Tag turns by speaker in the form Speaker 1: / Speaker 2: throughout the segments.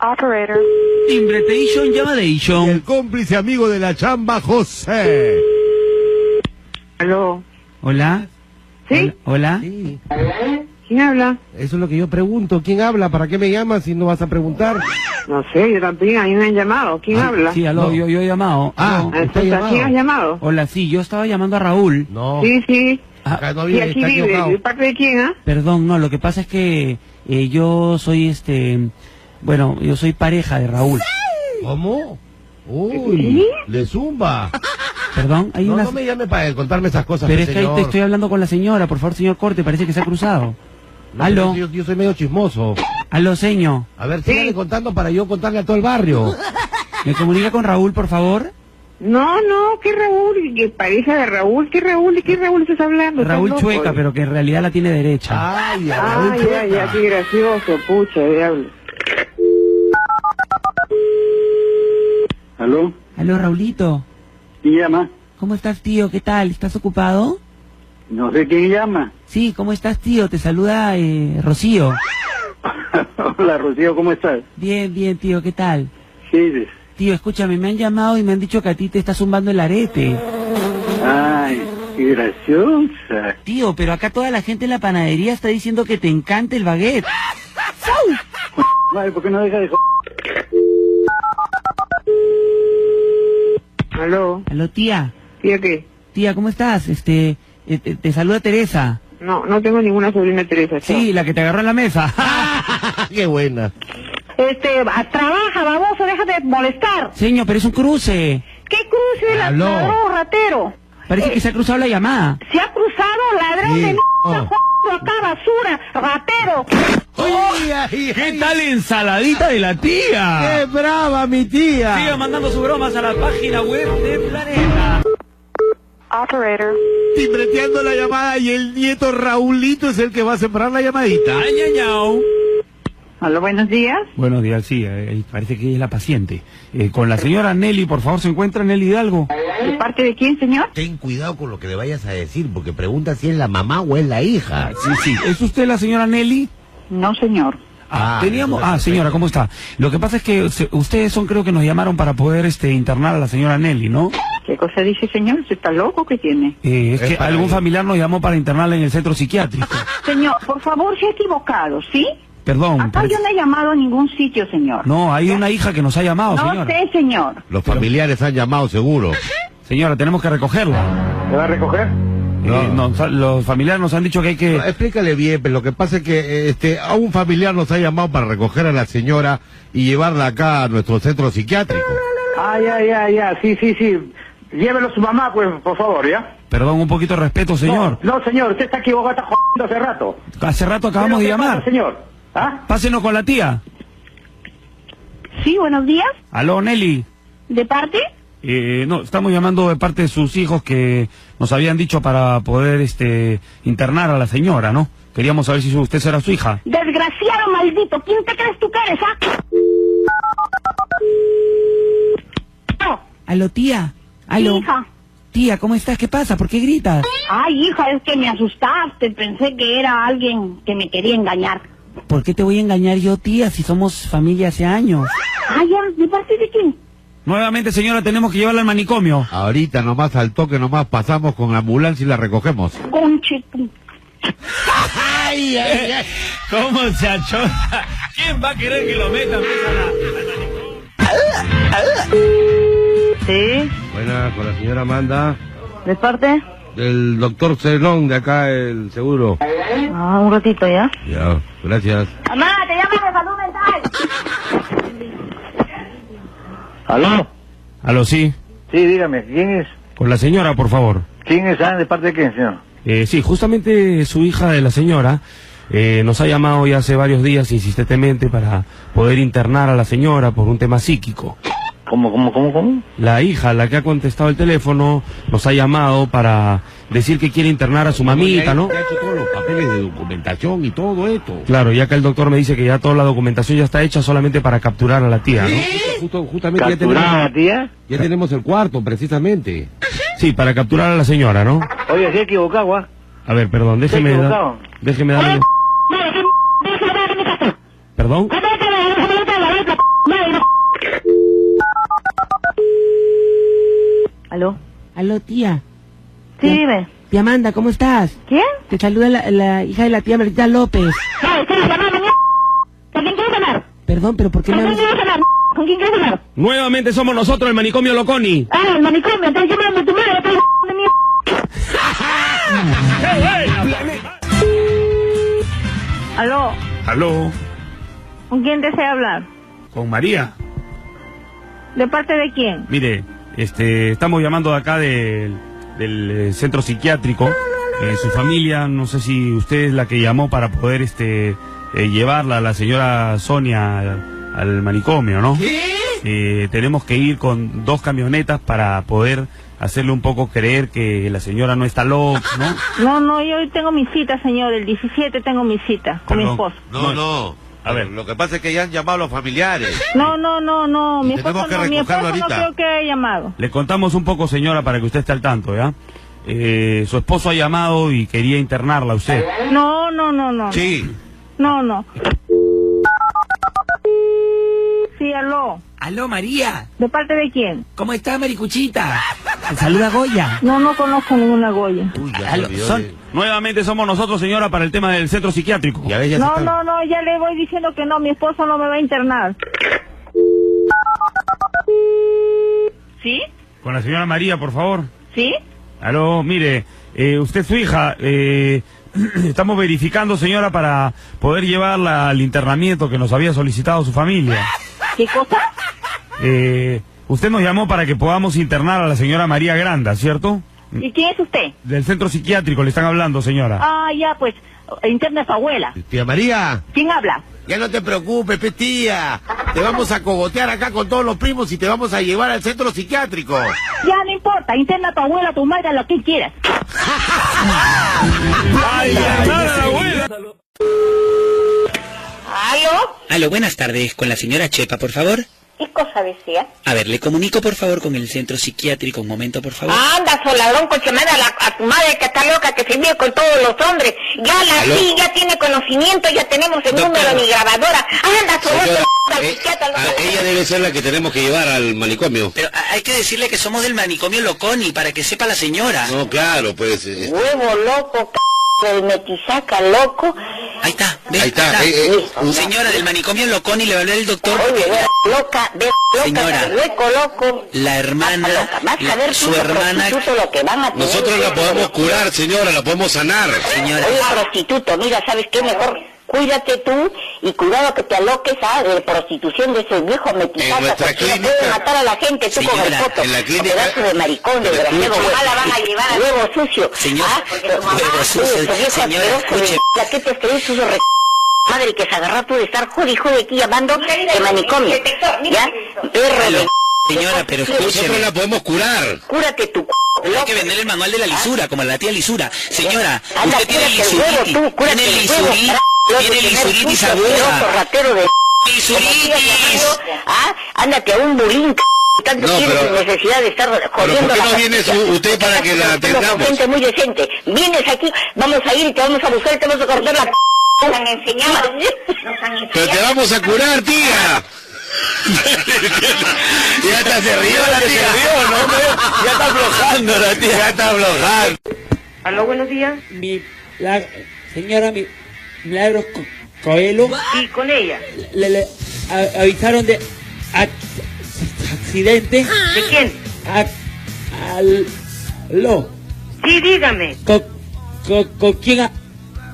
Speaker 1: Operator.
Speaker 2: Timbretation, llamadation.
Speaker 3: El cómplice amigo de la chamba, José.
Speaker 1: Aló.
Speaker 2: Hola.
Speaker 1: ¿Sí?
Speaker 2: Hola. hola.
Speaker 3: Sí,
Speaker 1: ¿Quién habla?
Speaker 3: eso es lo que yo pregunto. ¿Quién habla? ¿Para qué me llamas si no vas a preguntar?
Speaker 1: No sé, yo también, ahí me han llamado. ¿Quién habla?
Speaker 2: Ah, Sí, aló,
Speaker 3: No.
Speaker 2: yo, yo he llamado.
Speaker 3: Ah.
Speaker 2: Aló.
Speaker 1: Ah,
Speaker 3: está
Speaker 1: ¿tú- ¿A
Speaker 3: llamado.
Speaker 1: quién has llamado?
Speaker 2: Hola, sí, yo estaba llamando a Raúl. Ah,
Speaker 3: No,
Speaker 1: Sí, sí.
Speaker 3: acá no
Speaker 1: ¿Y
Speaker 3: vive,
Speaker 1: aquí
Speaker 3: está
Speaker 1: vive?
Speaker 3: equivocado.
Speaker 1: ¿De parte de quién, ah?
Speaker 2: Perdón, no, lo que pasa es que eh, yo soy este. Bueno, yo soy pareja de Raúl.
Speaker 3: ¿Cómo? Uy, le zumba.
Speaker 2: Perdón, hay
Speaker 3: No,
Speaker 2: una.
Speaker 3: no me llame para contarme esas cosas,
Speaker 2: Pero es
Speaker 3: pues,
Speaker 2: que ahí
Speaker 3: señor.
Speaker 2: te estoy hablando con la señora, por favor, señor Corte, parece que se ha cruzado.
Speaker 3: No,
Speaker 2: Aló,
Speaker 3: Yo, yo soy medio chismoso.
Speaker 2: aló, señor.
Speaker 3: A ver,
Speaker 1: Sí.
Speaker 3: sígale contando para yo contarle a todo el barrio.
Speaker 2: ¿Me comunica con Raúl, por favor?
Speaker 1: No, no, ¿qué Raúl? ¿Qué pareja de Raúl? ¿Qué Raúl? ¿De qué Raúl estás hablando? ¿Estás
Speaker 2: Raúl
Speaker 1: loco?
Speaker 2: Chueca, pero que en realidad la tiene derecha.
Speaker 3: Ay, a Raúl
Speaker 1: Ah, ya,
Speaker 3: Chueca.
Speaker 1: ya, qué gracioso, pucha, diablo.
Speaker 4: ¿Aló?
Speaker 2: Aló, Raulito.
Speaker 4: ¿Quién llama?
Speaker 2: ¿Cómo estás, tío? ¿Qué tal? ¿Estás ocupado?
Speaker 4: No sé quién llama.
Speaker 2: Sí, ¿cómo estás, tío? Te saluda eh, Rocío.
Speaker 4: Hola, Rocío, ¿cómo estás?
Speaker 2: Bien, bien, tío, ¿qué tal?
Speaker 4: ¿Qué dices?
Speaker 2: Tío, escúchame, me han llamado y me han dicho que a ti te está zumbando el arete.
Speaker 4: Ay, qué graciosa.
Speaker 2: Tío, pero acá toda la gente en la panadería está diciendo que te encanta el baguette.
Speaker 4: Madre, ¿por qué no deja de joder?
Speaker 1: Aló,
Speaker 2: Aló, tía.
Speaker 1: ¿tía qué?
Speaker 2: Tía, ¿cómo estás? Este, eh, te, te saluda Teresa.
Speaker 1: No, no tengo ninguna sobrina Teresa. chao.
Speaker 2: Sí, la que te agarró en la mesa.
Speaker 3: Qué buena.
Speaker 5: Este, a- trabaja, baboso, déjate de molestar.
Speaker 2: Señor, pero es un cruce.
Speaker 5: ¿Qué cruce de
Speaker 3: Aló.
Speaker 5: ladrón, ratero?
Speaker 2: Parece que se ha cruzado la llamada.
Speaker 5: Se ha cruzado ladrón
Speaker 3: Sí,
Speaker 5: de mierda,
Speaker 3: no.
Speaker 5: jodido acá, basura, ratero.
Speaker 3: Ay, ay, ay,
Speaker 2: tal ensaladita de la tía?
Speaker 3: ¡Qué brava mi tía!
Speaker 2: mandando sus bromas a la página web de Planeta.
Speaker 1: Operator.
Speaker 3: Timbreteando la llamada y el nieto Raulito es el que va a sembrar la llamadita.
Speaker 1: Aló, buenos días.
Speaker 2: Buenos días, sí, eh, parece que es la paciente. Eh, con la señora Nelly, por favor, ¿se encuentra Nelly Hidalgo?
Speaker 1: ¿De parte de quién, señor?
Speaker 3: Ten cuidado con lo que le vayas a decir, porque pregunta si es la mamá o es la hija.
Speaker 2: Ah, Sí, sí. ¿Es usted la señora Nelly?
Speaker 1: No, señor.
Speaker 2: Ah,
Speaker 3: Ah,
Speaker 2: teníamos...
Speaker 3: entonces,
Speaker 2: Ah, señora, ¿cómo está? Lo que pasa es que se- ustedes son, creo que nos llamaron para poder este, internar a la señora Nelly, ¿no?
Speaker 1: ¿Qué cosa dice, señor? ¿Usted está loco que tiene?
Speaker 2: Eh, es,
Speaker 3: Es
Speaker 2: que
Speaker 3: para
Speaker 2: algún
Speaker 3: ahí.
Speaker 2: familiar nos llamó para internarla en el centro psiquiátrico.
Speaker 5: Señor, por favor, se ha equivocado, ¿sí?
Speaker 2: Perdón.
Speaker 5: Acá
Speaker 2: parece-
Speaker 5: yo no he llamado a ningún sitio, señor.
Speaker 2: No, hay una hija que nos ha llamado,
Speaker 5: No
Speaker 2: señora.
Speaker 5: sé, señor.
Speaker 3: Los familiares han llamado seguro.
Speaker 2: Señora, tenemos que recogerla.
Speaker 4: ¿Te va a recoger?
Speaker 3: No.
Speaker 2: Eh, nos ha- los familiares nos han dicho que hay
Speaker 3: No,
Speaker 2: que...
Speaker 3: explícale bien, pero lo que pasa es que este, a un familiar nos ha llamado para recoger a la señora y llevarla acá a nuestro centro psiquiátrico.
Speaker 4: Ah, ya, ya, ya, sí, sí, sí. Llévelo a su mamá, pues, por favor, ¿ya?
Speaker 2: Perdón, un poquito de respeto, señor.
Speaker 4: No, no, señor, usted está equivocado, está jodiendo hace rato.
Speaker 2: Hace rato
Speaker 4: ¿Pero
Speaker 2: acabamos de
Speaker 4: qué pasa,
Speaker 2: llamar.
Speaker 4: señor? ¿Ah?
Speaker 2: Pásenos con la tía.
Speaker 5: Sí, buenos días.
Speaker 2: Aló, Nelly.
Speaker 5: ¿De parte?
Speaker 2: Eh, no, estamos llamando de parte de sus hijos que nos habían dicho para poder este, internar a la señora, ¿no? Queríamos saber si su- usted será su hija.
Speaker 5: Desgraciado maldito, ¿quién te crees tú que eres, ah? No,
Speaker 2: Aló, tía.
Speaker 5: hija.
Speaker 2: Tía, ¿cómo estás? ¿Qué pasa? ¿Por qué gritas?
Speaker 5: Ay, hija, es que me asustaste. Pensé que era alguien que me quería engañar.
Speaker 2: ¿Por qué te voy a engañar yo, tía, si somos familia hace años?
Speaker 5: Ay, ya, ¿de parte de quién?
Speaker 2: Nuevamente, señora, tenemos que llevarla al manicomio.
Speaker 3: Ahorita nomás al toque, nomás pasamos con la ambulancia y la recogemos.
Speaker 5: Conche. tu-
Speaker 3: ¡Ay, ay, ay!
Speaker 2: ¿Cómo se achora? ¿Quién va a querer que lo metan?
Speaker 1: Sí,
Speaker 3: Buenas, con la señora Amanda,
Speaker 1: ¿de parte?
Speaker 3: del doctor Celón de acá, el seguro.
Speaker 1: Ah, un ratito ya.
Speaker 3: Ya, gracias.
Speaker 5: Mamá, te llamas de salud mental.
Speaker 4: ¿Aló?
Speaker 2: Aló, sí.
Speaker 4: Sí, dígame, ¿quién es?
Speaker 2: Con la señora, por favor.
Speaker 4: ¿Quién es? Ah, ¿De parte de quién, señor?
Speaker 2: Eh, sí, justamente su hija de la señora eh, nos ha llamado ya hace varios días insistentemente para poder internar a la señora por un tema psíquico.
Speaker 4: ¿Cómo, cómo, cómo, cómo?
Speaker 2: La hija, la que ha contestado el teléfono, nos ha llamado para decir que quiere internar a su mamita, ¿no?
Speaker 3: Ya he hecho todos los papeles de documentación y todo esto.
Speaker 2: Claro, ya que el doctor me dice que ya toda la documentación ya está hecha solamente para capturar a la tía, ¿no?
Speaker 3: Justo, justamente Pues ya tenemos,
Speaker 4: ¿Capturada, tía?
Speaker 3: ya tenemos el cuarto, precisamente.
Speaker 2: Sí, para capturar a la señora, ¿no?
Speaker 4: Oye, sí, equivocado, ¿ah?
Speaker 2: A ver, perdón, déjeme
Speaker 4: Estoy
Speaker 2: dar-
Speaker 4: equivocado.
Speaker 2: déjeme darle...
Speaker 5: Mira, ¿qué- qué- qué- qué- qué- qué- qué- qué- qué- qué- qué-
Speaker 3: Perdón.
Speaker 6: ¿Aló?
Speaker 2: Aló, tía.
Speaker 6: Sí,
Speaker 2: Bien.
Speaker 6: dime.
Speaker 2: Tía Amanda, ¿cómo estás?
Speaker 6: ¿Quién?
Speaker 2: Te saluda la, la hija de la tía Marita López.
Speaker 5: ¿Con quién quieres hablar?
Speaker 2: Perdón, pero ¿por qué
Speaker 5: ¿Con
Speaker 2: me
Speaker 5: quién
Speaker 2: hablas?
Speaker 5: quieres hablar? ¿Con quién quieres hablar?
Speaker 3: Nuevamente somos nosotros el manicomio Loconi.
Speaker 5: Ah, el manicomio, entonces llámame a tu madre, otra de mierda.
Speaker 6: ¿Aló?
Speaker 3: Aló,
Speaker 6: ¿Con quién desea hablar?
Speaker 3: con María.
Speaker 6: ¿De parte de quién?
Speaker 3: Mire, este, estamos llamando de acá del, del, eh, centro psiquiátrico. Eh, su familia, no sé si usted es la que llamó para poder este, eh, llevarla, la señora Sonia, al, al manicomio, ¿no? Eh, tenemos que ir con dos camionetas para poder hacerle un poco creer que la señora no está loca, ¿no?
Speaker 6: No, no, yo hoy tengo mi cita, señor. El 17 tengo mi cita con mi
Speaker 3: Perdón.
Speaker 6: esposo.
Speaker 7: No,
Speaker 3: No.
Speaker 7: no.
Speaker 3: A ver.
Speaker 7: Lo que pasa es que ya han llamado a los familiares.
Speaker 6: No, no, no, no. Mi
Speaker 7: Tenemos
Speaker 6: esposo,
Speaker 7: que
Speaker 6: no, mi esposo
Speaker 7: recogerlo
Speaker 6: no
Speaker 7: ahorita.
Speaker 6: creo que haya llamado.
Speaker 3: Le contamos un poco, señora, para que usted esté al tanto, ¿ya? Eh, su esposo ha llamado y quería internarla a usted.
Speaker 6: No, no, no, no.
Speaker 7: Sí.
Speaker 6: No, no. Sí, aló.
Speaker 2: Aló, María.
Speaker 6: ¿De parte de quién?
Speaker 2: ¿Cómo estás, Maricuchita? Te saluda Goya.
Speaker 6: No, no conozco ninguna Goya.
Speaker 7: Uy, ya se
Speaker 2: Aló,
Speaker 7: olvidó
Speaker 2: son-
Speaker 7: de-
Speaker 3: Nuevamente somos nosotros, señora, para el tema del centro psiquiátrico.
Speaker 7: Ya ves, ya se
Speaker 6: No,
Speaker 7: está-
Speaker 6: no, no, ya le voy diciendo que no, mi esposo no me va a internar.
Speaker 5: ¿Sí?
Speaker 3: Con la señora María, por favor.
Speaker 5: ¿Sí?
Speaker 3: Aló, mire, eh, usted es su hija. eh, estamos verificando, señora, para poder llevarla al internamiento que nos había solicitado su familia.
Speaker 5: ¿Qué cosa?
Speaker 3: Eh, usted nos llamó para que podamos internar a la señora María Granda, ¿cierto?
Speaker 5: ¿Y quién es usted?
Speaker 3: Del centro psiquiátrico le están hablando, señora.
Speaker 5: Ah, ya, pues, interna es su abuela.
Speaker 7: Tía María,
Speaker 5: ¿Quién habla?
Speaker 7: ya no te preocupes, pe tía. Te vamos a cogotear acá con todos los primos y te vamos a llevar al centro psiquiátrico.
Speaker 5: Ya, no importa, interna a tu abuela, a tu madre, a lo que quieras.
Speaker 8: ¿Aló?
Speaker 9: Aló, buenas tardes. Con la señora Chepa, por favor.
Speaker 8: ¿Qué cosa decía?
Speaker 9: A ver, le comunico, por favor, con el centro psiquiátrico. Un momento, por favor.
Speaker 2: Ah.
Speaker 8: Anda, soladón, cochemada, a la- a tu madre que está loca, que se vive con todos los hombres. Ya la
Speaker 9: ¿Aló?
Speaker 8: sí, ya tiene conocimiento, ya tenemos el
Speaker 9: Doctora.
Speaker 8: número, ni grabadora. Anda, soladón, al
Speaker 10: eh,
Speaker 8: psiquiatra,
Speaker 10: a-
Speaker 8: no-
Speaker 10: ella debe ser la que tenemos que llevar al manicomio.
Speaker 9: Pero a- hay que decirle que somos del manicomio Loconi para que sepa la señora.
Speaker 10: No, claro, pues. eh,
Speaker 8: Huevo loco, c... el metisaca loco.
Speaker 9: Ahí está. ve,
Speaker 10: Ahí está, eh, eh, un-
Speaker 9: Señora, del manicomio Loconi le va a hablar el doctor.
Speaker 8: Oye, ve, loca, ve,
Speaker 9: Señora.
Speaker 8: loca, hueco loco.
Speaker 9: La hermana,
Speaker 8: Hasta loca, Vas a
Speaker 9: la-
Speaker 8: ver
Speaker 9: su
Speaker 8: su
Speaker 9: hermana,
Speaker 8: lo que van a tener.
Speaker 10: Nosotros la podemos curar, señora, la podemos sanar.
Speaker 9: señora.
Speaker 8: Oye, prostituto, mira, ¿sabes qué? Mejor cuídate tú y cuidado que te aloques a de prostitución de esos viejos
Speaker 10: En
Speaker 8: metizazos.
Speaker 10: nuestra
Speaker 8: porque no
Speaker 10: clínica-
Speaker 8: pueden matar a la gente tú con el
Speaker 9: Señora,
Speaker 8: foto.
Speaker 10: en la clínica-
Speaker 8: Pedazo de maricón,
Speaker 10: Pero
Speaker 8: desgraciado.
Speaker 10: escuche-
Speaker 8: Ojalá van a llevar a huevo sucio.
Speaker 9: Señor,
Speaker 8: Ah,
Speaker 9: huevo sucio,
Speaker 8: tú, ese viejo
Speaker 9: señora,
Speaker 8: asqueroso de
Speaker 9: escuche.
Speaker 8: mierda, ¿Qué te crees, sucio re... Madre que se agarró tú de estar jode y jode aquí llamando de manicomio. ¿Ya? Perro de...
Speaker 9: Aló, Señora, pero
Speaker 10: Nosotros
Speaker 9: escúcheme.
Speaker 10: la podemos curar.
Speaker 8: Cúrate tu... c-
Speaker 9: Hay
Speaker 8: loco. ¿Ah?
Speaker 9: que vender el manual de la lisura, como la tía lisura. Señora,
Speaker 8: Anda,
Speaker 9: usted tiene
Speaker 8: cúrate el huevo,
Speaker 9: lisuritis.
Speaker 8: tú, cúrate
Speaker 9: Tiene
Speaker 8: el huevo,
Speaker 9: lisuritis.
Speaker 8: carajo,
Speaker 9: Tiene
Speaker 8: de tener
Speaker 9: lisuritis
Speaker 8: sucio, asqueroso,
Speaker 9: aguda.
Speaker 8: ratero de... Como sigas
Speaker 9: Lisuritis.
Speaker 8: hablando, ah, ándate a un bulín, c- y tanto
Speaker 10: No,
Speaker 8: tienes
Speaker 10: pero-
Speaker 8: necesidad de estar
Speaker 10: ¿por
Speaker 8: jodiendo
Speaker 10: qué
Speaker 8: la
Speaker 10: no
Speaker 8: familia?
Speaker 10: viene su- usted para que la
Speaker 8: Somos
Speaker 10: atendamos?
Speaker 8: gente muy decente. Vienes aquí, vamos a ir, y te vamos a buscar, y te vamos a cortar la... c- Nos han enseñado.
Speaker 10: Pero te vamos a curar, tía. ya está se rió la tía. Ya está aflojando la tía. Ya está aflojando.
Speaker 6: Aló, buenos días.
Speaker 2: Mi, la señora mi, Milagros Co- Coelho
Speaker 6: Sí, con ella.
Speaker 2: le, le a- avisaron de ac- accidente
Speaker 6: ¿De quién?
Speaker 2: a- al lo.
Speaker 6: Sí, dígame.
Speaker 2: ¿Con, con, con quién ha-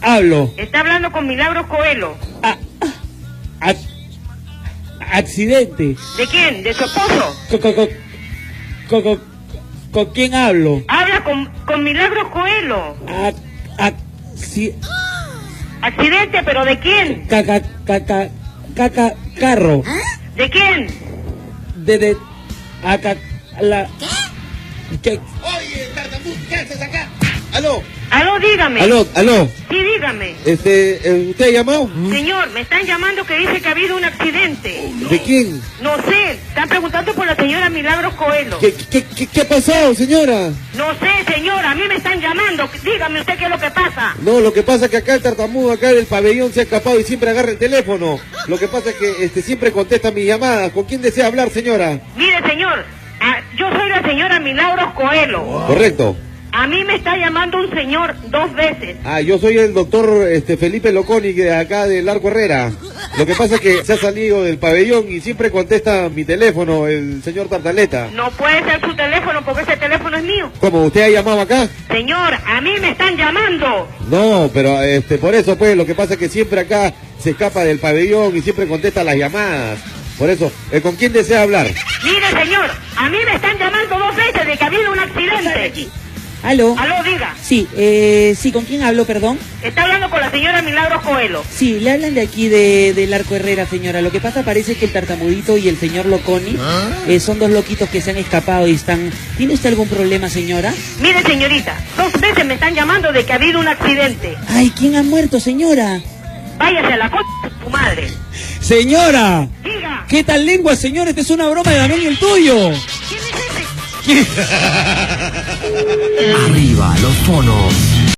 Speaker 2: hablo?
Speaker 6: Está hablando con Milagros Coelho.
Speaker 2: A- a- accidente.
Speaker 6: ¿De quién? ¿De su esposo?
Speaker 2: ¿Con, con, con, con- con- con quién hablo?
Speaker 6: Habla con, con Milagros Coelho.
Speaker 2: A, a- si-
Speaker 6: Accidente, pero ¿de quién?
Speaker 2: ca- ca- ca- ca- ca- ca- carro.
Speaker 10: ¿Ah?
Speaker 6: ¿De quién?
Speaker 2: desde acá la ¿Qué?
Speaker 10: Oye, tartamuz, ¿qué haces acá? Aló,
Speaker 1: Aló, Ah, dígame.
Speaker 3: Aló, aló.
Speaker 1: Sí, dígame.
Speaker 3: Este, eh, ¿usted ha llamado?
Speaker 1: Señor, me están llamando que dice que ha habido un accidente.
Speaker 3: ¿De quién?
Speaker 1: No sé, están preguntando por la señora Milagros Coelho.
Speaker 3: ¿Qué, qué, qué, qué ha pasado, señora?
Speaker 1: No sé, señor, a mí me están llamando. Dígame usted qué es lo que pasa.
Speaker 3: No, lo que pasa es que acá el tartamudo, acá del pabellón se ha escapado y siempre agarra el teléfono. Lo que pasa es que este, siempre contesta mis llamadas. ¿Con quién desea hablar, señora?
Speaker 1: Mire, señor, ah, yo soy la señora Milagros Coelho.
Speaker 3: Correcto.
Speaker 1: A mí me está llamando un señor dos veces.
Speaker 3: Ah, yo soy el doctor este, Felipe Loconi, que de acá del Arco Herrera. Lo que pasa es que se ha salido del pabellón y siempre contesta mi teléfono, el señor Tartaleta.
Speaker 1: No puede ser su teléfono porque ese teléfono es mío.
Speaker 3: ¿Cómo? ¿Usted ha llamado acá?
Speaker 1: Señor, a mí me están llamando.
Speaker 3: No, pero este, por eso pues, lo que pasa es que siempre acá se escapa del pabellón y siempre contesta las llamadas. Por eso, eh, ¿con quién desea hablar?
Speaker 1: Mire, señor, a mí me están llamando dos veces de que ha habido un accidente.
Speaker 2: Aló.
Speaker 1: Aló, diga.
Speaker 2: Sí, eh, sí, ¿con quién hablo, perdón?
Speaker 1: Está hablando con la señora Milagros Coelho.
Speaker 2: Sí, le hablan de aquí de, del Arco Herrera, señora. Lo que pasa parece que el tartamudito y el señor Loconi eh, son dos loquitos que se han escapado y están... ¿Tiene usted algún problema, señora?
Speaker 1: Mire, señorita, dos veces me están llamando de que ha habido un accidente.
Speaker 2: Ay, ¿quién ha muerto, señora?
Speaker 1: Váyase a la cosa de tu madre.
Speaker 2: Señora,
Speaker 1: Diga,
Speaker 2: ¿qué tal lengua, señor? Esta es una broma de Damián y el tuyo.
Speaker 1: ¿quién es ese?
Speaker 2: Arriba los tonos.